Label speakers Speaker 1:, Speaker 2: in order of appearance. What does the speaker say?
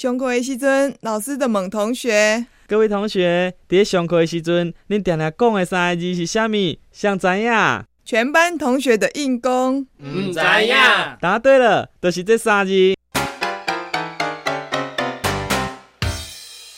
Speaker 1: 上课的时阵，老师就问同学，
Speaker 2: 各位同学，伫咧上课的时阵，恁定定讲的三个字是啥物？想知影？
Speaker 1: 全班同学的硬功。
Speaker 3: 唔知影。啊
Speaker 2: 答对了，就是这三字。